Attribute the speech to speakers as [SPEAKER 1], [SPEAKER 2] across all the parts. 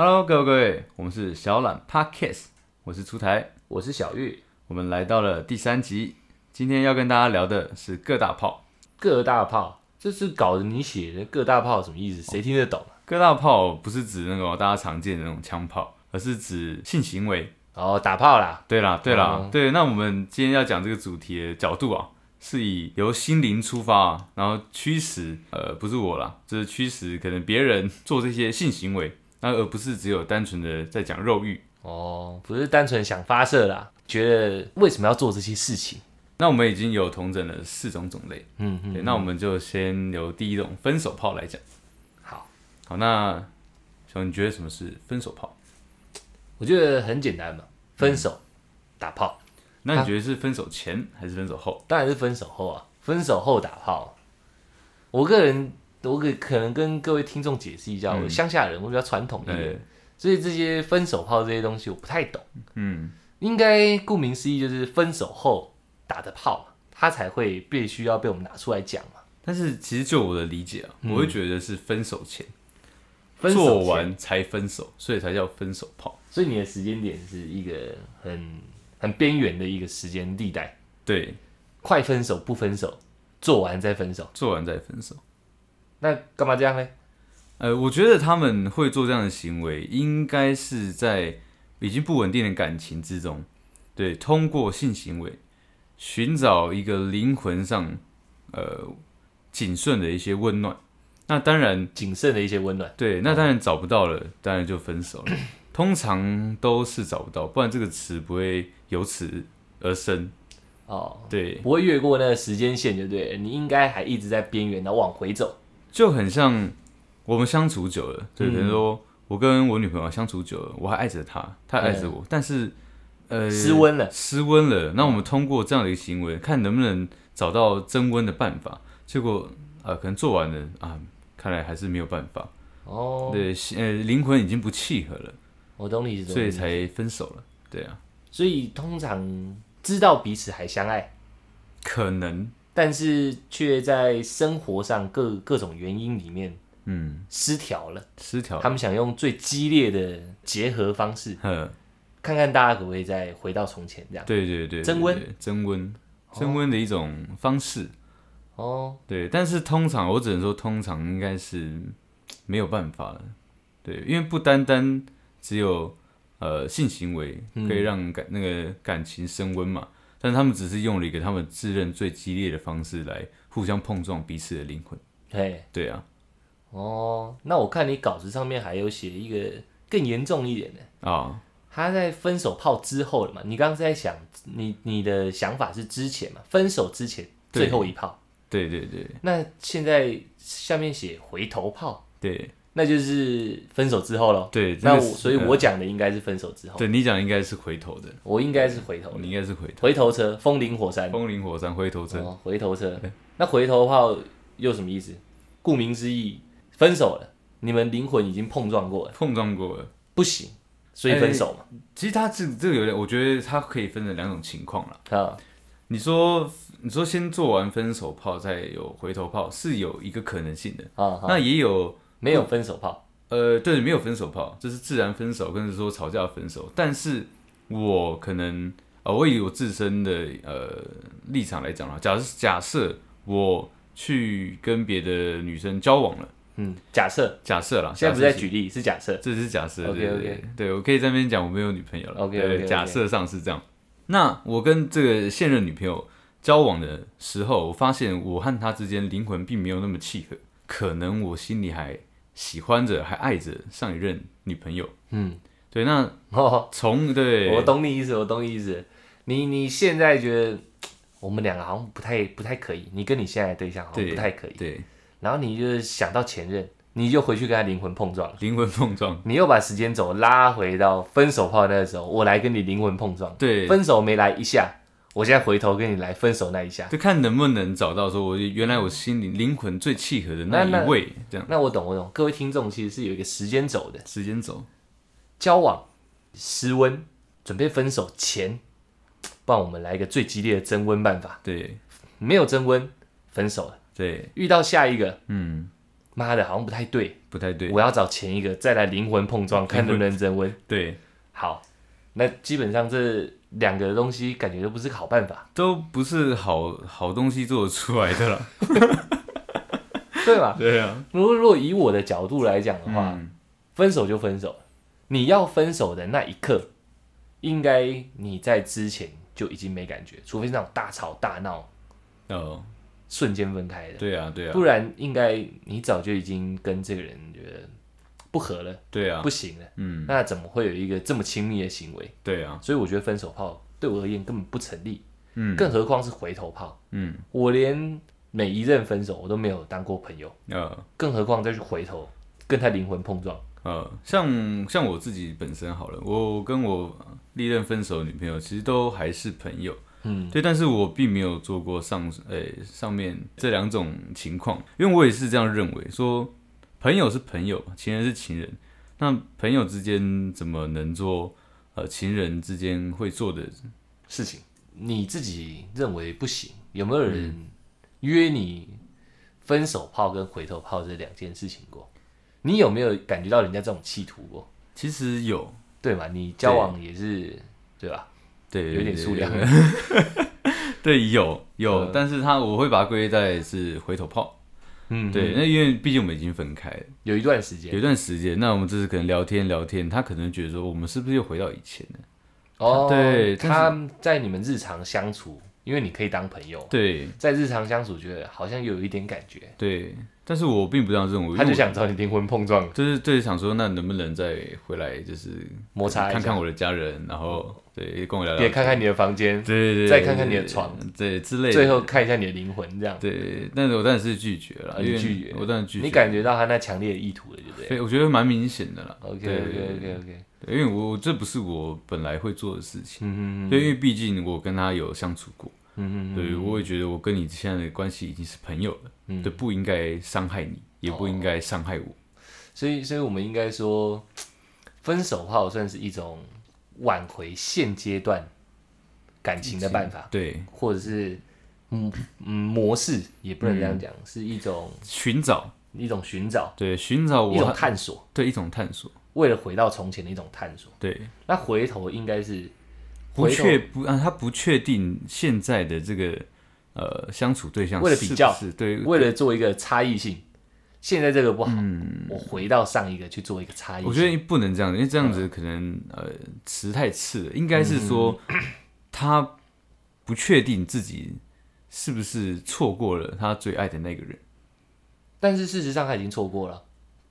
[SPEAKER 1] Hello，各位各位，我们是小懒 Podcast，我是出台，
[SPEAKER 2] 我是小玉。
[SPEAKER 1] 我们来到了第三集，今天要跟大家聊的是各大炮。
[SPEAKER 2] 各大炮，这是搞得你写的各大炮什么意思？谁听得懂啊？
[SPEAKER 1] 各大炮不是指那个哦大家常见的那种枪炮，而是指性行为。
[SPEAKER 2] 哦，打炮啦，
[SPEAKER 1] 对啦，对啦，
[SPEAKER 2] 哦
[SPEAKER 1] 对。那我们今天要讲这个主题的角度啊，是以由心灵出发、啊，然后驱使呃，不是我啦，就是驱使可能别人做这些性行为，那而不是只有单纯的在讲肉欲。
[SPEAKER 2] 哦，不是单纯想发射啦，觉得为什么要做这些事情？
[SPEAKER 1] 那我们已经有同整了四种种类，
[SPEAKER 2] 嗯嗯，
[SPEAKER 1] 对，那我们就先由第一种分手炮来讲。
[SPEAKER 2] 好，
[SPEAKER 1] 好，那小文你觉得什么是分手炮？
[SPEAKER 2] 我觉得很简单嘛，分手、打炮，
[SPEAKER 1] 那你觉得是分手前还是分手后？
[SPEAKER 2] 当然是分手后啊，分手后打炮。我个人，我可可能跟各位听众解释一下，我乡下人，我比较传统一点，
[SPEAKER 1] 对，
[SPEAKER 2] 所以这些分手炮这些东西我不太懂。
[SPEAKER 1] 嗯，
[SPEAKER 2] 应该顾名思义就是分手后打的炮嘛，它才会必须要被我们拿出来讲嘛。
[SPEAKER 1] 但是其实就我的理解啊，我会觉得是分手前
[SPEAKER 2] 嗯分手前
[SPEAKER 1] 做完才分手，所以才叫分手炮。
[SPEAKER 2] 所以你的时间点是一个很很边缘的一个时间地带，
[SPEAKER 1] 对，
[SPEAKER 2] 快分手不分手，做完再分手，
[SPEAKER 1] 做完再分手。
[SPEAKER 2] 那干嘛这样呢？
[SPEAKER 1] 呃，我觉得他们会做这样的行为，应该是在已经不稳定的感情之中，对，通过性行为寻找一个灵魂上呃谨慎的一些温暖。那当然，
[SPEAKER 2] 谨慎的一些温暖，
[SPEAKER 1] 对，那当然找不到了，当然就分手了。通常都是找不到，不然这个词不会由此而生。
[SPEAKER 2] 哦，
[SPEAKER 1] 对，
[SPEAKER 2] 不会越过那个时间线就对了，你应该还一直在边缘，然后往回走。
[SPEAKER 1] 就很像我们相处久了，对，
[SPEAKER 2] 嗯
[SPEAKER 1] 比如说我跟我女朋友相处久了，我还爱着她，她也爱着我，但是呃
[SPEAKER 2] 失温了嗯
[SPEAKER 1] 失温了。那我们通过这样的一个行为，看能不能找到增温的办法。结果呃，可能做完了啊，看来还是没有办法，
[SPEAKER 2] 哦，
[SPEAKER 1] 对，呃，灵魂已经不契合了，
[SPEAKER 2] 我懂你意思，
[SPEAKER 1] 所以
[SPEAKER 2] 懂你意思
[SPEAKER 1] 才分手了。对啊，
[SPEAKER 2] 所以通常知道彼此还相爱，
[SPEAKER 1] 可能
[SPEAKER 2] 但是却在生活上各各种原因里面
[SPEAKER 1] 嗯
[SPEAKER 2] 失调了。
[SPEAKER 1] 失调
[SPEAKER 2] 他，们想用最激烈的结合方式，
[SPEAKER 1] 嗯，
[SPEAKER 2] 看看大家可不可以再回到从前这样。
[SPEAKER 1] 对对对，
[SPEAKER 2] 增温
[SPEAKER 1] 对，对增温，增温的一种方式。
[SPEAKER 2] 哦，
[SPEAKER 1] 对，但是通常我只能说，通常应该是没有办法了。对，因为不单单只有呃性行为
[SPEAKER 2] 嗯
[SPEAKER 1] 可以让感、那个感情升温嘛，但他们只是用了一个他们自认最激烈的方式来互相碰撞彼此的灵魂。
[SPEAKER 2] 嘿，
[SPEAKER 1] 对啊，
[SPEAKER 2] 哦，那我看你稿子上面还有写一个更严重一点的，
[SPEAKER 1] 啊，
[SPEAKER 2] 他在分手炮之后了嘛？你刚刚是在想，你你的想法是之前嘛？分手之前
[SPEAKER 1] 对
[SPEAKER 2] 最后一炮，
[SPEAKER 1] 对对对
[SPEAKER 2] 那现在下面写回头炮，
[SPEAKER 1] 对
[SPEAKER 2] 那就是分手之后喽。
[SPEAKER 1] 对，这
[SPEAKER 2] 哦那
[SPEAKER 1] 个
[SPEAKER 2] 我
[SPEAKER 1] 是嗯
[SPEAKER 2] 所以，我讲的应该是分手之
[SPEAKER 1] 呃
[SPEAKER 2] 后，
[SPEAKER 1] 对你讲应该是回头的，
[SPEAKER 2] 我应该是回头，
[SPEAKER 1] 你应该是回头，
[SPEAKER 2] 回头车，风林火山。
[SPEAKER 1] 风林火山回头针。
[SPEAKER 2] 哦，回头车。那回头炮又什么意思？顾名思义，分手了，你们灵魂已经碰撞过了，
[SPEAKER 1] 碰撞过了，
[SPEAKER 2] 不行，所以分手嘛。
[SPEAKER 1] 其实它这这个有点，我觉得它可以分成两种情况啦。
[SPEAKER 2] 啊，
[SPEAKER 1] 你说，你说先做完分手炮，再有回头炮，是有一个可能性的。
[SPEAKER 2] 啊，
[SPEAKER 1] 那也有，
[SPEAKER 2] 没有分手炮，
[SPEAKER 1] 呃，对，没有分手炮，这是自然分手，跟是说吵架分手。但是我可能，呃，我以我自身的呃立场来讲啦，啊假设假设我去跟别的女生交往了，
[SPEAKER 2] 嗯，假设
[SPEAKER 1] 假设啦，
[SPEAKER 2] 现在不是
[SPEAKER 1] 假
[SPEAKER 2] 在
[SPEAKER 1] 设是，
[SPEAKER 2] 举例，是假设。
[SPEAKER 1] 这是假设。
[SPEAKER 2] OK，
[SPEAKER 1] 对对
[SPEAKER 2] OK
[SPEAKER 1] 对对我可以在那边讲我没有女朋友了。
[SPEAKER 2] OK，OK，
[SPEAKER 1] 对
[SPEAKER 2] OK
[SPEAKER 1] 假设上是这样。那我跟这个现任女朋友交往的时候，我发现我和她之间灵魂并没有那么契合，可能我心里还喜欢着，还爱着上一任女朋友。
[SPEAKER 2] 嗯，
[SPEAKER 1] 对，那
[SPEAKER 2] 哦，
[SPEAKER 1] 从对
[SPEAKER 2] 我懂你意思，我懂你意思。你你现在觉得我们两个好像不太不太可以，你跟你现在的对象好像
[SPEAKER 1] 对
[SPEAKER 2] 不太可以，
[SPEAKER 1] 对
[SPEAKER 2] 然后你就是想到前任，你就回去跟他灵魂碰撞了。
[SPEAKER 1] 灵魂碰撞，
[SPEAKER 2] 你又把时间轴拉回到分手炮那个时候，我来跟你灵魂碰撞。
[SPEAKER 1] 对，
[SPEAKER 2] 分手没来一下，我现在回头跟你来分手那一下。
[SPEAKER 1] 就看能不能找到说我原来我心里灵魂最契合的那
[SPEAKER 2] 那那
[SPEAKER 1] 一位，这样
[SPEAKER 2] 那我懂，我懂。各位听众其实是有一个时间轴的，
[SPEAKER 1] 时间走。
[SPEAKER 2] 交往、失温、准备分手前，不然我们来一个最激烈的增温办法。
[SPEAKER 1] 对
[SPEAKER 2] 没有增温，分手了；
[SPEAKER 1] 对，
[SPEAKER 2] 遇到下一个
[SPEAKER 1] 嗯，
[SPEAKER 2] 妈的，好像不太对，
[SPEAKER 1] 不太对，
[SPEAKER 2] 我要找前一个再来灵魂碰撞，看能不能升温。
[SPEAKER 1] 对，
[SPEAKER 2] 好，那基本上这两个东西感觉都不是个好办法，
[SPEAKER 1] 都不是好好东西做得出来的啦。
[SPEAKER 2] 对吧？
[SPEAKER 1] 对啊，
[SPEAKER 2] 如果如果以我的角度来讲的话，
[SPEAKER 1] 嗯，
[SPEAKER 2] 分手就分手，你要分手的那一刻，应该你在之前就已经没感觉，除非是那种大吵大闹
[SPEAKER 1] 哦，
[SPEAKER 2] 瞬间分开的，
[SPEAKER 1] 对啊，对啊
[SPEAKER 2] 不，然应该你早就已经跟这个人觉得不合了，
[SPEAKER 1] 对啊
[SPEAKER 2] 不，行了，
[SPEAKER 1] 嗯，
[SPEAKER 2] 那怎么会有一个这么亲密的行为？
[SPEAKER 1] 对啊，
[SPEAKER 2] 所以我觉得分手炮对我而言根本不成立，
[SPEAKER 1] 嗯
[SPEAKER 2] 更何况是回头炮。
[SPEAKER 1] 嗯，
[SPEAKER 2] 我连每一任分手我都没有当过朋友，
[SPEAKER 1] 呃
[SPEAKER 2] 更何况再去回头跟他灵魂碰撞。
[SPEAKER 1] 呃，像像我自己本身好了，我跟我历任分手的女朋友其实都还是朋友。
[SPEAKER 2] 嗯，
[SPEAKER 1] 对，但是我并没有做过上呃、上面这两种情况，因为我也是这样认为，说朋友是朋友，情人是情人，那朋友之间怎么能做呃情人之间会做的？
[SPEAKER 2] 事情你自己认为不行，有没有人
[SPEAKER 1] 嗯
[SPEAKER 2] 约你分手炮跟回头炮这两件事情过？你有没有感觉到人家这种企图过？
[SPEAKER 1] 其实有，
[SPEAKER 2] 对嘛？你交往也是对吧？
[SPEAKER 1] 对，
[SPEAKER 2] 有点数量，
[SPEAKER 1] 对， 对有有，
[SPEAKER 2] 嗯
[SPEAKER 1] 但是他我会把它归类在是回头炮，
[SPEAKER 2] 嗯，
[SPEAKER 1] 对，那因为毕竟我们已经分开了。
[SPEAKER 2] 有一段时间
[SPEAKER 1] 有一段时间，那我们这次可能聊天聊天，他可能觉得说我们是不是又回到以前了？
[SPEAKER 2] 哦，
[SPEAKER 1] 对但
[SPEAKER 2] 他在你们日常相处，因为你可以当朋友，
[SPEAKER 1] 对
[SPEAKER 2] 在日常相处觉得好像有一点感觉，
[SPEAKER 1] 对，但是我并不这样认为，
[SPEAKER 2] 他
[SPEAKER 1] 因为
[SPEAKER 2] 就
[SPEAKER 1] 我
[SPEAKER 2] 想找你灵魂碰撞
[SPEAKER 1] 就是对想说，那能不能再回来，就是
[SPEAKER 2] 摩擦一下，
[SPEAKER 1] 看看我的家人，然后对跟我聊聊，
[SPEAKER 2] 也看看你的房间，
[SPEAKER 1] 对对，
[SPEAKER 2] 再看看你的床，
[SPEAKER 1] 对之类的。
[SPEAKER 2] 最后看一下你的灵魂，这样
[SPEAKER 1] 对，但是我当然是拒绝了，
[SPEAKER 2] 你
[SPEAKER 1] 因为
[SPEAKER 2] 拒绝
[SPEAKER 1] 我当然拒绝。
[SPEAKER 2] 你感觉到他那强烈的意图了，对不对
[SPEAKER 1] 对，我觉得蛮明显的啦。
[SPEAKER 2] ？OK
[SPEAKER 1] 对
[SPEAKER 2] OK OK OK，
[SPEAKER 1] 对因为我这不是我本来会做的事情，
[SPEAKER 2] 嗯嗯
[SPEAKER 1] 对，因为毕竟我跟他有相处过，
[SPEAKER 2] 嗯
[SPEAKER 1] 对，我也觉得我跟你现在的关系已经是朋友了，
[SPEAKER 2] 嗯哦
[SPEAKER 1] 对，不应该伤害你，也不应该伤害我。
[SPEAKER 2] 所以所以我们应该说，分手炮算是一种挽回现阶段感情的办法，
[SPEAKER 1] 对，
[SPEAKER 2] 或者是嗯嗯模式，也不能这样讲，
[SPEAKER 1] 嗯
[SPEAKER 2] 是一种
[SPEAKER 1] 寻找，
[SPEAKER 2] 一种寻找，
[SPEAKER 1] 对，寻找
[SPEAKER 2] 一种
[SPEAKER 1] 我
[SPEAKER 2] 探索，
[SPEAKER 1] 对一种探索，
[SPEAKER 2] 为了回到从前的一种探索。
[SPEAKER 1] 对。
[SPEAKER 2] 那回头应该是
[SPEAKER 1] 不
[SPEAKER 2] 回头
[SPEAKER 1] 确不啊，他不确定现在的这个呃相处对象
[SPEAKER 2] 为了
[SPEAKER 1] 是
[SPEAKER 2] 比
[SPEAKER 1] 不
[SPEAKER 2] 较
[SPEAKER 1] 是对
[SPEAKER 2] 为了做一个差异性，现在这个不好，我回到上一个去做一个差异
[SPEAKER 1] 嗯
[SPEAKER 2] 性。
[SPEAKER 1] 我觉得不能这样，因为这样
[SPEAKER 2] 嗯
[SPEAKER 1] 子可能呃词太次了，应该是说、他不确定自己是不是错过了他最爱的那个人，
[SPEAKER 2] 但是事实上他已经错过了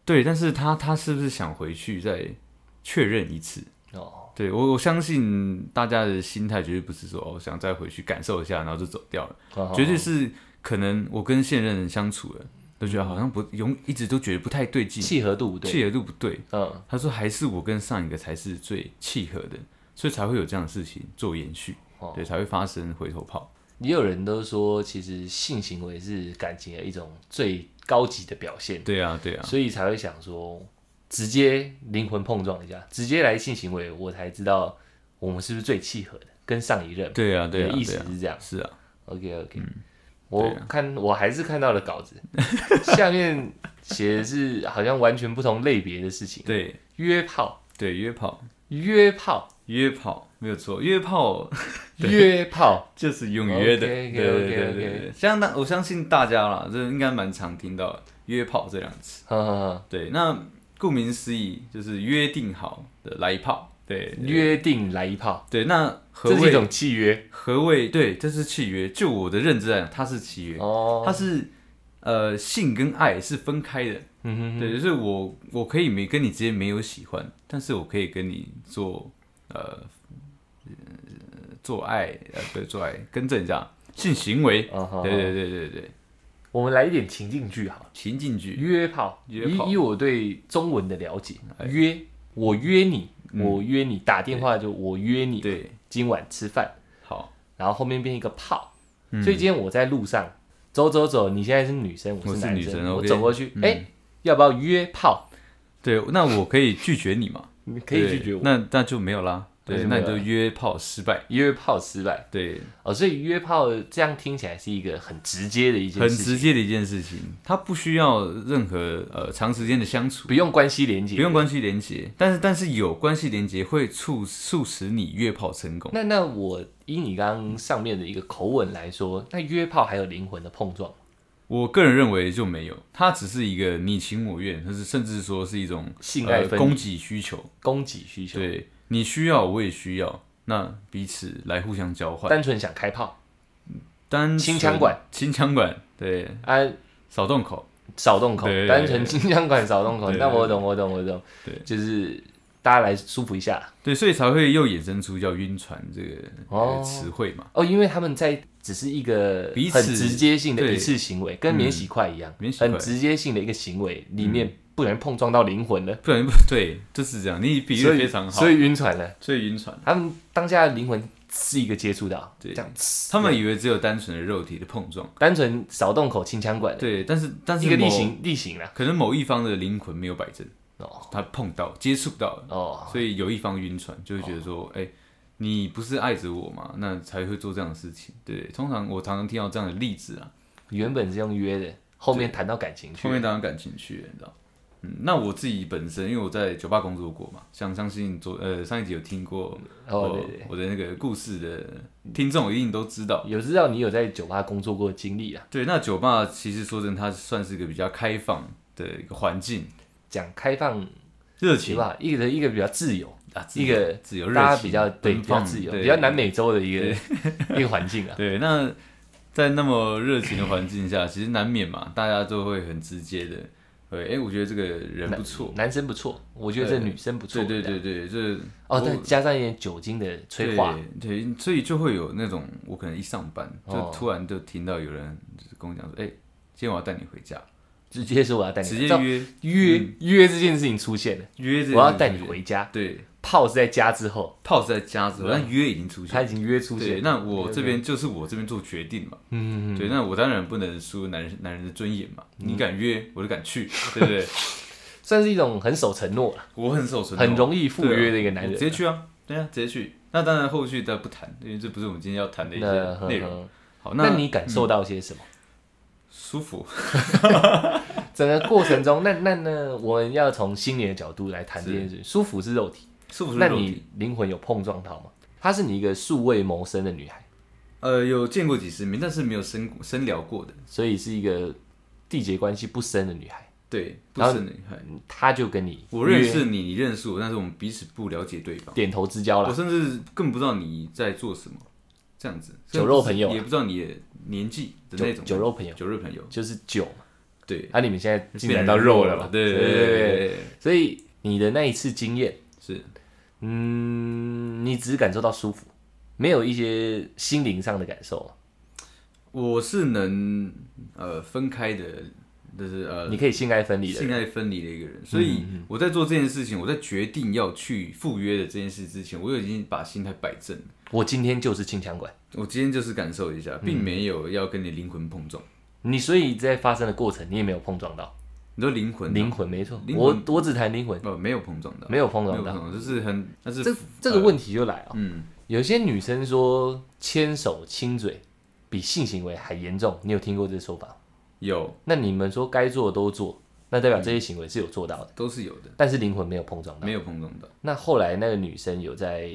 [SPEAKER 1] 对，但是他他是不是想回去再确认一次？
[SPEAKER 2] 哦，
[SPEAKER 1] 对我我相信大家的心态绝对不是说哦想再回去感受一下，然后就走掉了。
[SPEAKER 2] 哦
[SPEAKER 1] 绝对是可能我跟现任人相处了，都觉得好像不永一直都觉得不太对劲，
[SPEAKER 2] 契合度不对，
[SPEAKER 1] 契合度不对。
[SPEAKER 2] 嗯，
[SPEAKER 1] 他说还是我跟上一个才是最契合的，所以才会有这样的事情做延续，
[SPEAKER 2] 哦
[SPEAKER 1] 对，才会发生回头炮。
[SPEAKER 2] 也有人都说，其实性行为是感情的一种最高级的表现，
[SPEAKER 1] 对啊，对啊，
[SPEAKER 2] 所以才会想说，直接灵魂碰撞一下，直接来性行为，我才知道我们是不是最契合的，跟上一任。
[SPEAKER 1] 对啊，
[SPEAKER 2] 你
[SPEAKER 1] 对
[SPEAKER 2] 的
[SPEAKER 1] 啊，
[SPEAKER 2] 意
[SPEAKER 1] 对
[SPEAKER 2] 思
[SPEAKER 1] 啊，
[SPEAKER 2] 是这样。
[SPEAKER 1] 是啊，
[SPEAKER 2] OK OK，、我
[SPEAKER 1] 对啊
[SPEAKER 2] 看我还是看到了稿子， 下面写的是好像完全不同类别的事情。
[SPEAKER 1] 对
[SPEAKER 2] 约炮，
[SPEAKER 1] 对，约炮，
[SPEAKER 2] 约炮，
[SPEAKER 1] 约炮没有错，约炮
[SPEAKER 2] 约炮，
[SPEAKER 1] 就是用约的，对
[SPEAKER 2] OK，OK，OK，OK
[SPEAKER 1] 对对对对，相当我相信大家啦，这应该蛮常听到的约炮这两个字。
[SPEAKER 2] 呵呵呵
[SPEAKER 1] 对，那顾名思义就是约定好的来一炮。对，
[SPEAKER 2] 约定来一炮，
[SPEAKER 1] 对，那何
[SPEAKER 2] 这是一
[SPEAKER 1] 谓
[SPEAKER 2] 种契约
[SPEAKER 1] 何谓？对，这是契约。就我的认知来讲，它是契约，
[SPEAKER 2] 哦。
[SPEAKER 1] 它是呃性跟爱是分开的。
[SPEAKER 2] 嗯哼，
[SPEAKER 1] 对，就是我我可以没跟你之间没有喜欢，但是我可以跟你做呃呃做爱呃不是做爱，更正一下性行为。
[SPEAKER 2] 嗯哼
[SPEAKER 1] 对对对对对，
[SPEAKER 2] 我们来一点情境剧好了。
[SPEAKER 1] 情境剧
[SPEAKER 2] 约炮，哎
[SPEAKER 1] 约炮
[SPEAKER 2] 以以我对中文的了解，约我约你，我约你，打电话就我约你，
[SPEAKER 1] 对，
[SPEAKER 2] 今晚吃饭。
[SPEAKER 1] 好，
[SPEAKER 2] 然后后面变一个炮。所以今天我在路上走走走，你现在是女生，
[SPEAKER 1] 我
[SPEAKER 2] 是
[SPEAKER 1] 是
[SPEAKER 2] 男
[SPEAKER 1] 女
[SPEAKER 2] 生，
[SPEAKER 1] 生
[SPEAKER 2] 我
[SPEAKER 1] ，OK
[SPEAKER 2] 走过去，哎、要不要约炮？
[SPEAKER 1] 对，那我可以拒绝你嘛？
[SPEAKER 2] 你可以
[SPEAKER 1] 对
[SPEAKER 2] 拒绝我
[SPEAKER 1] 那那就没有啦。
[SPEAKER 2] 但
[SPEAKER 1] 对，
[SPEAKER 2] 是
[SPEAKER 1] 那
[SPEAKER 2] 没
[SPEAKER 1] 你
[SPEAKER 2] 有
[SPEAKER 1] 就约炮失败，
[SPEAKER 2] 约炮失败
[SPEAKER 1] 对，
[SPEAKER 2] 哦，所以约炮这样听起来是一个很直接的一件
[SPEAKER 1] 很
[SPEAKER 2] 事情，
[SPEAKER 1] 直接的一件事情，它不需要任何呃长时间的相处，
[SPEAKER 2] 不用关系连接，
[SPEAKER 1] 不用关系连接，但是但是有关系连接会促促使你约炮成功。
[SPEAKER 2] 那那我以你刚刚上面的一个口吻来说，那约炮还有灵魂的碰撞，
[SPEAKER 1] 我个人认为就没有，它只是一个你情我愿，甚至甚至说是一种
[SPEAKER 2] 性爱
[SPEAKER 1] 呃
[SPEAKER 2] 分离
[SPEAKER 1] 供给需求，
[SPEAKER 2] 供给需求，
[SPEAKER 1] 对你需要我也需要，那彼此来互相交换。
[SPEAKER 2] 单纯想开炮
[SPEAKER 1] 单纯
[SPEAKER 2] 清枪管，
[SPEAKER 1] 清枪管，对，
[SPEAKER 2] 啊，
[SPEAKER 1] 少洞口，
[SPEAKER 2] 少洞口，
[SPEAKER 1] 对
[SPEAKER 2] 单纯金枪管少洞口，
[SPEAKER 1] 对
[SPEAKER 2] 那我懂，我懂，我懂，
[SPEAKER 1] 对
[SPEAKER 2] 就是大家来舒服一下
[SPEAKER 1] 对，所以才会又衍生出叫晕船这个、
[SPEAKER 2] 哦
[SPEAKER 1] 呃词汇嘛。
[SPEAKER 2] 哦，因为他们在只是一个
[SPEAKER 1] 彼此
[SPEAKER 2] 很直接性的
[SPEAKER 1] 对嗯
[SPEAKER 2] 一次行为，跟免洗块一样，
[SPEAKER 1] 免洗嗯块
[SPEAKER 2] 很直接性的一个行为里面不小心碰撞到灵魂了，
[SPEAKER 1] 不然 不对，就是这样。你比喻
[SPEAKER 2] 所
[SPEAKER 1] 得
[SPEAKER 2] 以
[SPEAKER 1] 非常好，
[SPEAKER 2] 所以晕船了，
[SPEAKER 1] 所以晕船。
[SPEAKER 2] 他们当下的灵魂是一个接触到，这
[SPEAKER 1] 对
[SPEAKER 2] 样，
[SPEAKER 1] 他们以为只有单纯的肉体的碰撞，
[SPEAKER 2] 单纯少洞口清枪管了。
[SPEAKER 1] 对，但是但是
[SPEAKER 2] 一个例
[SPEAKER 1] 某，
[SPEAKER 2] 行例行啦。
[SPEAKER 1] 可能某一方的灵魂没有摆正，
[SPEAKER 2] 哦
[SPEAKER 1] 他碰到接触到了，
[SPEAKER 2] 哦，
[SPEAKER 1] 所以有一方晕船，就会觉得说，哎、你不是爱着我嘛？那才会做这样的事情。对，通常我常常听到这样的例子啊，
[SPEAKER 2] 原本是用约的，后面谈到感情去
[SPEAKER 1] 后。面当然感情去了，你知道。嗯，那我自己本身，因为我在酒吧工作过嘛，像相信昨呃上一集有听过
[SPEAKER 2] 哦，
[SPEAKER 1] 我
[SPEAKER 2] 对对，
[SPEAKER 1] 我的那个故事的听众一定都知道。
[SPEAKER 2] 有知道你有在酒吧工作过的经历啊？
[SPEAKER 1] 对，那酒吧其实说真的，它算是一个比较开放的一个环境，
[SPEAKER 2] 讲开放
[SPEAKER 1] 热
[SPEAKER 2] 酒
[SPEAKER 1] 情
[SPEAKER 2] 吧，一个一个比较自由，
[SPEAKER 1] 啊，自
[SPEAKER 2] 一
[SPEAKER 1] 由
[SPEAKER 2] 个
[SPEAKER 1] 自由热情，
[SPEAKER 2] 大家比较对
[SPEAKER 1] 奔
[SPEAKER 2] 比较
[SPEAKER 1] 放
[SPEAKER 2] 自由，
[SPEAKER 1] 对
[SPEAKER 2] 比较南美洲的一个 一个环境啊。
[SPEAKER 1] 对，那在那么热情的环境下，其实难免嘛，大家都会很直接的，对，哎、我觉得这个人不错，
[SPEAKER 2] 男生不错，我觉得这
[SPEAKER 1] 对
[SPEAKER 2] 女生不错。
[SPEAKER 1] 对对
[SPEAKER 2] 这样
[SPEAKER 1] 对对，这
[SPEAKER 2] 哦，
[SPEAKER 1] 我
[SPEAKER 2] 但加上一点酒精的催化，
[SPEAKER 1] 对，对，所以就会有那种我可能一上班
[SPEAKER 2] 哦
[SPEAKER 1] 就突然就听到有人就是跟我讲说，哎、今天我要带你回家，
[SPEAKER 2] 直接说我要带你
[SPEAKER 1] 直
[SPEAKER 2] 回
[SPEAKER 1] 接嗯
[SPEAKER 2] 家，
[SPEAKER 1] 约
[SPEAKER 2] 约约这件事情出现了，
[SPEAKER 1] 约这，
[SPEAKER 2] 我要带你，回家。
[SPEAKER 1] 对，
[SPEAKER 2] 炮是在家之后，
[SPEAKER 1] 炮是在家之后，但约已经出去
[SPEAKER 2] 他
[SPEAKER 1] 了，
[SPEAKER 2] 已经约出
[SPEAKER 1] 对，
[SPEAKER 2] 现。
[SPEAKER 1] 那我这边就是我这边做决定嘛，
[SPEAKER 2] 嗯，
[SPEAKER 1] 对，那我当然不能输男人男人的尊严嘛，你敢约我就敢去，对不对？
[SPEAKER 2] 算是一种很守承诺了。
[SPEAKER 1] 我很守承诺，
[SPEAKER 2] 很容易赴约的一个
[SPEAKER 1] 对啊
[SPEAKER 2] 男人，
[SPEAKER 1] 我直接去啊，对啊，直接去。那当然后续的不谈，因为这不是我们今天要谈的一
[SPEAKER 2] 那
[SPEAKER 1] 些内容。
[SPEAKER 2] 呵呵
[SPEAKER 1] 好，
[SPEAKER 2] 哦那你感受到些什么？
[SPEAKER 1] 舒服，
[SPEAKER 2] 整个过程中，那那那我们要从心理的角度来谈这件事。舒服是肉体，
[SPEAKER 1] 舒服是
[SPEAKER 2] 那
[SPEAKER 1] 肉体
[SPEAKER 2] 你灵魂有碰撞到吗？她是你一个素未谋生的女孩，
[SPEAKER 1] 呃有见过几十名，但是没有深深聊过的，
[SPEAKER 2] 所以是一个缔结关系不深的女孩，
[SPEAKER 1] 对，不
[SPEAKER 2] 然后
[SPEAKER 1] 是女孩。
[SPEAKER 2] 嗯她就跟你
[SPEAKER 1] 我认
[SPEAKER 2] 约
[SPEAKER 1] 识你，你认识我，但是我们彼此不了解对方，
[SPEAKER 2] 点头之交
[SPEAKER 1] 我
[SPEAKER 2] 了。
[SPEAKER 1] 甚至更不知道你在做什么，这样子。
[SPEAKER 2] 酒肉朋友啊
[SPEAKER 1] 也不知道你的年纪的那
[SPEAKER 2] 酒
[SPEAKER 1] 种
[SPEAKER 2] 酒肉朋友
[SPEAKER 1] 酒肉朋友，
[SPEAKER 2] 就是酒嘛，
[SPEAKER 1] 对，
[SPEAKER 2] 啊，你们现在进展
[SPEAKER 1] 变
[SPEAKER 2] 到
[SPEAKER 1] 成
[SPEAKER 2] 肉了嘛？
[SPEAKER 1] 对
[SPEAKER 2] 对
[SPEAKER 1] 对
[SPEAKER 2] 对
[SPEAKER 1] 对，
[SPEAKER 2] 对，所以你的那一次经验。
[SPEAKER 1] 是
[SPEAKER 2] 嗯，你只感受到舒服，没有一些心灵上的感受嘛。
[SPEAKER 1] 我是能呃分开的，就是呃
[SPEAKER 2] 你可以性爱分离的人，嗯
[SPEAKER 1] 性爱分离的一个人，所以我在做这件事情，我在决定要去赴约的这件事之前，我已经把心态摆正了。
[SPEAKER 2] 我今天就是清枪管。
[SPEAKER 1] 我今天就是感受一
[SPEAKER 2] 嗯
[SPEAKER 1] 下，并没有要跟你灵魂碰撞。
[SPEAKER 2] 你所以在发生的过程，你也没有碰撞到
[SPEAKER 1] 你说灵魂
[SPEAKER 2] 灵魂，没错。
[SPEAKER 1] 灵
[SPEAKER 2] 我我只谈灵魂，
[SPEAKER 1] 呃没有碰撞的，
[SPEAKER 2] 没有碰
[SPEAKER 1] 没有
[SPEAKER 2] 撞
[SPEAKER 1] 碰
[SPEAKER 2] 到。
[SPEAKER 1] 撞，就是很那是
[SPEAKER 2] 这这个问题就来了、哦
[SPEAKER 1] 嗯，
[SPEAKER 2] 有些女生说牵手亲嘴比性行为还严重，你有听过这说法吗？
[SPEAKER 1] 有
[SPEAKER 2] 那你们说该做的都做，那代表这些行为是有做到的，
[SPEAKER 1] 都是有的，
[SPEAKER 2] 但是灵魂没有碰撞到
[SPEAKER 1] 没。有碰撞的，
[SPEAKER 2] 那后来那个女生有在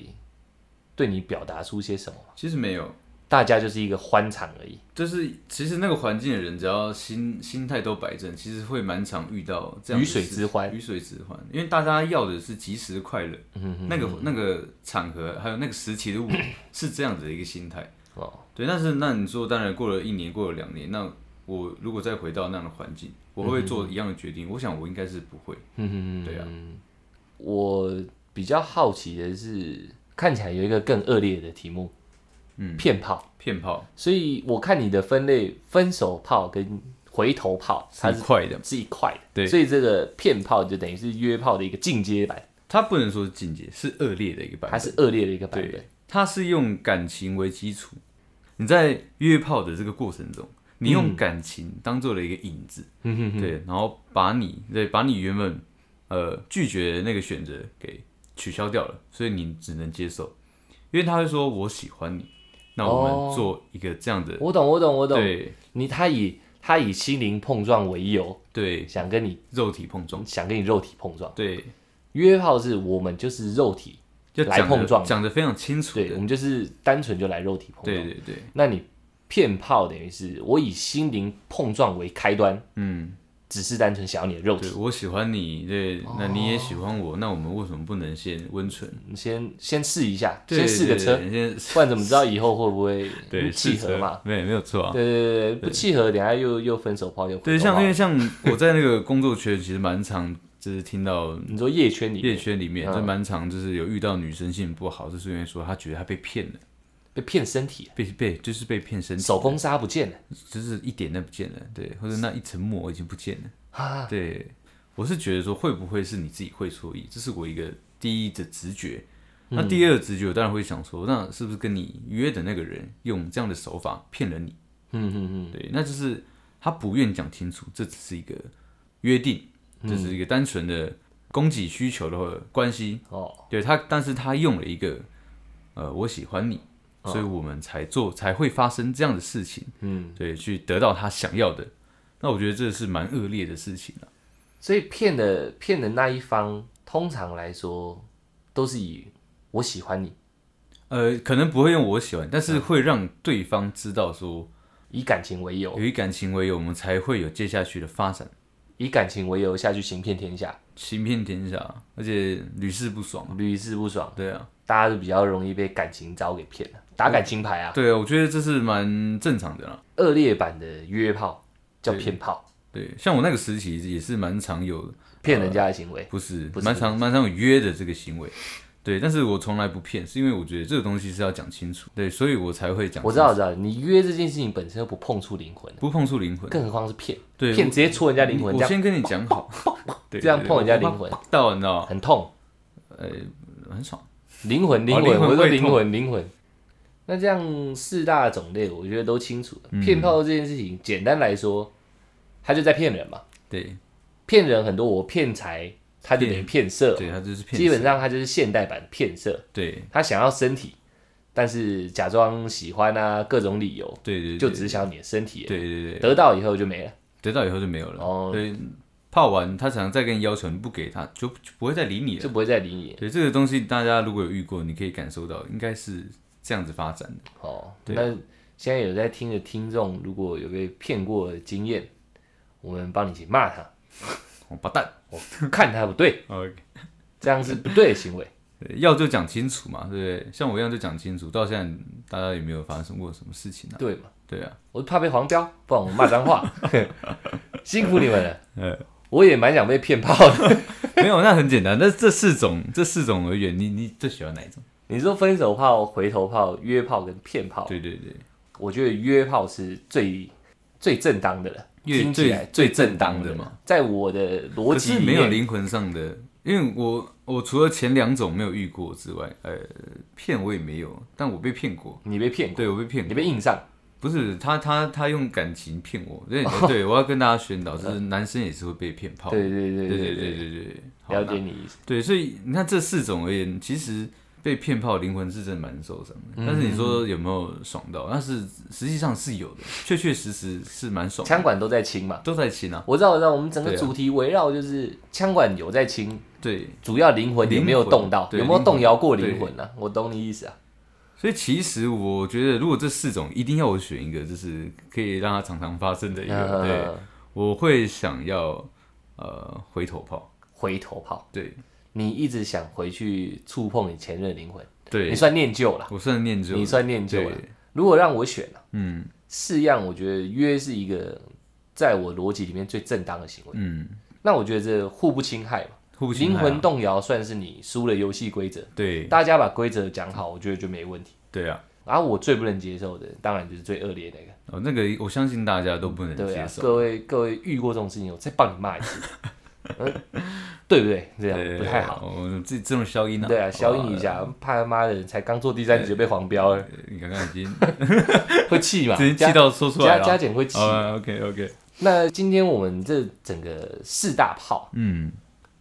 [SPEAKER 2] 对你表达出些什么吗？
[SPEAKER 1] 其实没有。
[SPEAKER 2] 大家就是一个欢场而已。
[SPEAKER 1] 就是其实那个环境的人，只要心心态都摆正，其实会蛮常遇到这样
[SPEAKER 2] 鱼
[SPEAKER 1] 的
[SPEAKER 2] 水
[SPEAKER 1] 事
[SPEAKER 2] 之欢，
[SPEAKER 1] 鱼水之欢，因为大家要的是及时的快乐，
[SPEAKER 2] 嗯
[SPEAKER 1] 那个那个场合还有那个时期的我是这样子的一个心态。
[SPEAKER 2] 哦，
[SPEAKER 1] 对，但是那你说，当然过了一年，过了两年，那我如果再回到那样的环境，我会不会做一样的决定？我想我应该是不会。
[SPEAKER 2] 嗯
[SPEAKER 1] 对啊，
[SPEAKER 2] 我比较好奇的是，看起来有一个更恶劣的题目，
[SPEAKER 1] 嗯，
[SPEAKER 2] 骗炮。
[SPEAKER 1] 骗炮
[SPEAKER 2] 所以我看你的分类，分手炮跟回头炮，它
[SPEAKER 1] 是
[SPEAKER 2] 是
[SPEAKER 1] 快的，
[SPEAKER 2] 是一块的。
[SPEAKER 1] 对
[SPEAKER 2] 所以这个骗炮就等于是约炮的一个进阶版，
[SPEAKER 1] 它不能说是境界，是恶劣的一个版
[SPEAKER 2] 它
[SPEAKER 1] 本。
[SPEAKER 2] 是恶劣的一个版本
[SPEAKER 1] 对。，它是用感情为基础。你在约炮的这个过程中，你用感情当做了一个引子，
[SPEAKER 2] 嗯
[SPEAKER 1] 对，然后把你对把你原本呃拒绝的那个选择给取消掉了，所以你只能接受，因为他会说我喜欢你，那我
[SPEAKER 2] 哦
[SPEAKER 1] 们做一个这样的，
[SPEAKER 2] 我懂，我懂，我懂。
[SPEAKER 1] 对
[SPEAKER 2] 你他以他以心灵碰撞为由，
[SPEAKER 1] 对，
[SPEAKER 2] 想跟你
[SPEAKER 1] 肉体碰撞，
[SPEAKER 2] 想跟你肉体碰撞。
[SPEAKER 1] 对，
[SPEAKER 2] 约炮是我们就是肉体，
[SPEAKER 1] 就
[SPEAKER 2] 来
[SPEAKER 1] 讲
[SPEAKER 2] 碰撞
[SPEAKER 1] 的讲的非常清楚
[SPEAKER 2] 对，我
[SPEAKER 1] 的，
[SPEAKER 2] 们就是单纯就来肉体碰撞。
[SPEAKER 1] 对对对，
[SPEAKER 2] 那你骗炮等于是我以心灵碰撞为开端，
[SPEAKER 1] 嗯，
[SPEAKER 2] 只是单纯想要你的肉体
[SPEAKER 1] 对。我喜欢你，对，那你也喜欢我，那我们为什么不能先温存？
[SPEAKER 2] 你先先试一下，
[SPEAKER 1] 对
[SPEAKER 2] 先试个车，，
[SPEAKER 1] 对对先
[SPEAKER 2] 不然怎么知道以后会不会
[SPEAKER 1] 对
[SPEAKER 2] 契
[SPEAKER 1] 试车
[SPEAKER 2] 合嘛？，
[SPEAKER 1] 对，没有错啊。
[SPEAKER 2] 对对对，对不契合，等下又又分手炮又
[SPEAKER 1] 对，
[SPEAKER 2] 回头炮啊
[SPEAKER 1] 像因为像 我在那个工作圈，其实蛮常就是听到
[SPEAKER 2] 你说夜圈里
[SPEAKER 1] 夜
[SPEAKER 2] 面
[SPEAKER 1] 圈里面，
[SPEAKER 2] 嗯
[SPEAKER 1] 就蛮常就是有遇到女生性不好，就是因为说她觉得她被骗了，
[SPEAKER 2] 被骗身体，
[SPEAKER 1] 被被就是被骗身体，
[SPEAKER 2] 手工纱不见了
[SPEAKER 1] 就是一点都不见了，对，或者那一层膜已经不见了。
[SPEAKER 2] 啊！
[SPEAKER 1] 对，我是觉得说会不会是你自己会错意，这是我一个第一的直觉。
[SPEAKER 2] 嗯
[SPEAKER 1] 那第二个直觉，我当然会想说，那是不是跟你约的那个人用这样的手法骗了你？
[SPEAKER 2] 嗯嗯嗯，
[SPEAKER 1] 对，那就是他不愿讲清楚，这只是一个约定，这是一个单纯的供给需求的关系。
[SPEAKER 2] 哦，
[SPEAKER 1] 对他，但是他用了一个呃，我喜欢你，
[SPEAKER 2] 哦
[SPEAKER 1] 所以我们才做，才会发生这样的事情。
[SPEAKER 2] 嗯，
[SPEAKER 1] 对，去得到他想要的。那我觉得这是蛮恶劣的事情啊。
[SPEAKER 2] 所以骗的骗的那一方，通常来说都是以我喜欢你，
[SPEAKER 1] 呃，可能不会用我喜欢，但是
[SPEAKER 2] 嗯
[SPEAKER 1] 会让对方知道说，
[SPEAKER 2] 以感情为由，
[SPEAKER 1] 有以感情为由，我们才会有接下去的发展，
[SPEAKER 2] 以感情为由下去行骗天下，
[SPEAKER 1] 行遍天下，啊而且屡试不爽啊。
[SPEAKER 2] 屡试不爽，
[SPEAKER 1] 对啊，
[SPEAKER 2] 大家就比较容易被感情招给骗了，打感情牌啊，
[SPEAKER 1] 对啊，我觉得这是蛮正常的啦。
[SPEAKER 2] 恶劣版的约炮叫骗炮，
[SPEAKER 1] 对，像我那个时期也是蛮常有，
[SPEAKER 2] 骗人家的行为。
[SPEAKER 1] 不是
[SPEAKER 2] 不是
[SPEAKER 1] 蛮常蛮常有约的这个行为。对，但是我从来不骗，是因为我觉得这个东西是要讲清楚，对，所以我才会讲。
[SPEAKER 2] 我知道，我，知道，你约这件事情本身又不碰触灵魂，
[SPEAKER 1] 不碰触灵魂，
[SPEAKER 2] 更何况是骗，
[SPEAKER 1] 对，
[SPEAKER 2] 骗直接戳人家灵魂，
[SPEAKER 1] 我
[SPEAKER 2] 这
[SPEAKER 1] 我
[SPEAKER 2] 样
[SPEAKER 1] 先跟你讲好，对，
[SPEAKER 2] 这样
[SPEAKER 1] 对
[SPEAKER 2] 碰人家
[SPEAKER 1] 我怕啊
[SPEAKER 2] 灵魂
[SPEAKER 1] 到，你知道吗，
[SPEAKER 2] 很痛，
[SPEAKER 1] 很爽。
[SPEAKER 2] 灵魂，灵魂，
[SPEAKER 1] 哦灵魂
[SPEAKER 2] 我说
[SPEAKER 1] 会
[SPEAKER 2] 灵
[SPEAKER 1] 痛
[SPEAKER 2] 魂，灵魂。那这样四大种类，我觉得都清楚
[SPEAKER 1] 嗯
[SPEAKER 2] 了。骗炮这件事情，简单来说，他就在骗人嘛，
[SPEAKER 1] 对，
[SPEAKER 2] 骗人很多，我骗财，他就等于骗色，
[SPEAKER 1] 对他就是骗。
[SPEAKER 2] 基本上他就是现代版骗色，
[SPEAKER 1] 对
[SPEAKER 2] 他想要身体，但是假装喜欢啊，各种理由，
[SPEAKER 1] 对对，
[SPEAKER 2] 就
[SPEAKER 1] 对
[SPEAKER 2] 只是想要你的身体而已，
[SPEAKER 1] 对对对，
[SPEAKER 2] 得到以后就没了。
[SPEAKER 1] 得到以后就没有了。
[SPEAKER 2] 哦
[SPEAKER 1] 对，泡完他常常再跟你要求，你不给他就就不会再理你
[SPEAKER 2] 就
[SPEAKER 1] 了。
[SPEAKER 2] 不会再理你
[SPEAKER 1] 对，这个东西大家如果有遇过，你可以感受到，应该是这样子发展的。
[SPEAKER 2] 哦。
[SPEAKER 1] 对
[SPEAKER 2] 那现在有在听的听众，如果有被骗过的经验，我们帮你去骂他，
[SPEAKER 1] 王八蛋
[SPEAKER 2] 看他不对，
[SPEAKER 1] ，OK，
[SPEAKER 2] 这样是不对 的行为。
[SPEAKER 1] 对要就讲清楚嘛，对不对？像我一样就讲清楚，到现在大家也没有发生过什么事情啊。
[SPEAKER 2] 对嘛？
[SPEAKER 1] 对啊，
[SPEAKER 2] 我怕被黄标，不然我骂脏话。 辛苦你们 了
[SPEAKER 1] 呃，
[SPEAKER 2] 我也蛮想被骗炮的。
[SPEAKER 1] 没有，那很简单。但是这四种，这四种而言，你你最喜欢哪一种？
[SPEAKER 2] 你说分手炮、回头炮、约炮跟骗炮，
[SPEAKER 1] 对对对，
[SPEAKER 2] 我觉得约炮是最最正当的了，
[SPEAKER 1] 越
[SPEAKER 2] 听起来
[SPEAKER 1] 最
[SPEAKER 2] 最正当
[SPEAKER 1] 最正当的
[SPEAKER 2] 的
[SPEAKER 1] 嘛。
[SPEAKER 2] 在我的逻
[SPEAKER 1] 可
[SPEAKER 2] 辑
[SPEAKER 1] 是
[SPEAKER 2] 里
[SPEAKER 1] 没有
[SPEAKER 2] 面，
[SPEAKER 1] 灵魂上的，因为我我除了前两种没有遇过之外，呃，骗我也没有，但我被骗过，
[SPEAKER 2] 你被骗过，
[SPEAKER 1] 对我被骗
[SPEAKER 2] 你
[SPEAKER 1] 过，
[SPEAKER 2] 被硬上。
[SPEAKER 1] 不是他他他用感情骗我， 对、哦对，我要跟大家宣导，就是男生也是会被骗炮，
[SPEAKER 2] 对对对
[SPEAKER 1] 对对
[SPEAKER 2] 对
[SPEAKER 1] 对，对对，好
[SPEAKER 2] 了解
[SPEAKER 1] 那
[SPEAKER 2] 你意思。
[SPEAKER 1] 对，所以你看这四种而言，其实被骗炮灵魂是真的蛮受伤
[SPEAKER 2] 嗯
[SPEAKER 1] 的，但是你说有没有爽到？但是实际上是有的，确确实实是蛮爽的，
[SPEAKER 2] 枪管都在清嘛。
[SPEAKER 1] 都在亲啊，
[SPEAKER 2] 我知道，我知道，我们整个
[SPEAKER 1] 对啊
[SPEAKER 2] 主题围绕就是枪管有在清，
[SPEAKER 1] 对，
[SPEAKER 2] 主要灵魂有没有
[SPEAKER 1] 灵魂
[SPEAKER 2] 动到，
[SPEAKER 1] 对
[SPEAKER 2] 有没有动摇过灵
[SPEAKER 1] 灵魂
[SPEAKER 2] 魂呢、啊？我懂你意思啊。
[SPEAKER 1] 所以其实我觉得，如果这四种一定要我选一个，就是可以让它常常发生的一个， 对，
[SPEAKER 2] 呃，
[SPEAKER 1] 我会想要呃回头炮，
[SPEAKER 2] 回头炮，
[SPEAKER 1] 对
[SPEAKER 2] 你一直想回去触碰你前任的灵魂，你
[SPEAKER 1] 对，
[SPEAKER 2] 算念旧了，
[SPEAKER 1] 我算念旧，
[SPEAKER 2] 你算念旧了
[SPEAKER 1] 对。，
[SPEAKER 2] 如果让我选呢、啊，
[SPEAKER 1] 嗯
[SPEAKER 2] 四样我觉得约是一个在我逻辑里面最正当的行为。
[SPEAKER 1] 嗯，
[SPEAKER 2] 那我觉得这互不侵害嘛，
[SPEAKER 1] 互不
[SPEAKER 2] 灵
[SPEAKER 1] 侵害啊
[SPEAKER 2] 魂动摇算是你输了游戏规则，
[SPEAKER 1] 对
[SPEAKER 2] 大家把规则讲好，我觉得就没问题。
[SPEAKER 1] 对啊，
[SPEAKER 2] 然后我最不能接受的，当然就是最恶劣那个。
[SPEAKER 1] 哦那个我相信大家都不能
[SPEAKER 2] 对
[SPEAKER 1] 接
[SPEAKER 2] 啊，
[SPEAKER 1] 受，
[SPEAKER 2] 各位各位遇过这种事情，我再帮你骂一次， 嗯，对不对？这样不太好。
[SPEAKER 1] 哦我们自己这种消音啊，
[SPEAKER 2] 对啊，消音
[SPEAKER 1] 好
[SPEAKER 2] 一
[SPEAKER 1] 吧，
[SPEAKER 2] 下，怕他妈的才刚做第三集就被黄标了，
[SPEAKER 1] 呃你刚刚已 经
[SPEAKER 2] 会气嘛？
[SPEAKER 1] 直接气到说出来
[SPEAKER 2] 啊加加
[SPEAKER 1] 了哦
[SPEAKER 2] 减会气。
[SPEAKER 1] ，OK OK，
[SPEAKER 2] 那今天我们这整个四大炮
[SPEAKER 1] 嗯，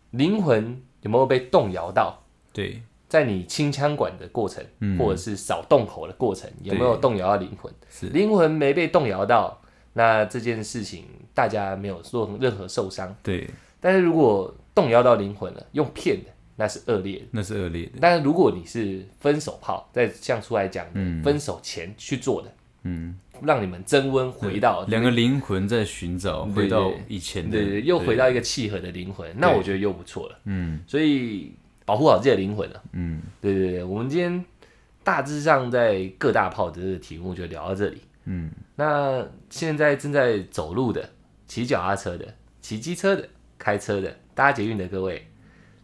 [SPEAKER 2] 灵魂有没有被动摇到？
[SPEAKER 1] 对，
[SPEAKER 2] 在你清枪管的过程，
[SPEAKER 1] 嗯
[SPEAKER 2] 或者是扫洞口的过程，有没有动摇到灵魂？
[SPEAKER 1] 是
[SPEAKER 2] 灵魂没被动摇到，那这件事情大家没有做任何受伤。
[SPEAKER 1] 对，
[SPEAKER 2] 但是如果动摇到灵魂了，用骗的，那是恶劣的。
[SPEAKER 1] 那是恶劣的，
[SPEAKER 2] 但是如果你是分手炮，在像出来讲的，分手前去做的，
[SPEAKER 1] 嗯，
[SPEAKER 2] 让你们增温回到
[SPEAKER 1] 两个灵魂在寻找
[SPEAKER 2] 哦对
[SPEAKER 1] 回到
[SPEAKER 2] 对
[SPEAKER 1] 以前的，
[SPEAKER 2] 对对，又回到一个契合的灵魂，那我觉得又不错了。
[SPEAKER 1] 嗯
[SPEAKER 2] 所以保护好自己的灵魂了。
[SPEAKER 1] 嗯，
[SPEAKER 2] 对对对，我们今天大致上在各大炮的这个题目就聊到这里。
[SPEAKER 1] 嗯，
[SPEAKER 2] 那现在正在走路的、骑脚踏车的、骑机车的、开车的、搭捷运的各位，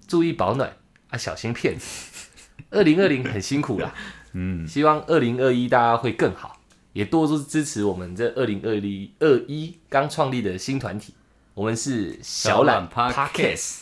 [SPEAKER 2] 注意保暖啊，小心骗子。 二零二零很辛苦啦，
[SPEAKER 1] 嗯，
[SPEAKER 2] 希望二零二一大家会更好，也多多支持我们这二零二零二一刚创立的新团体，我们是小懒
[SPEAKER 1] 小懒
[SPEAKER 2] Podcast。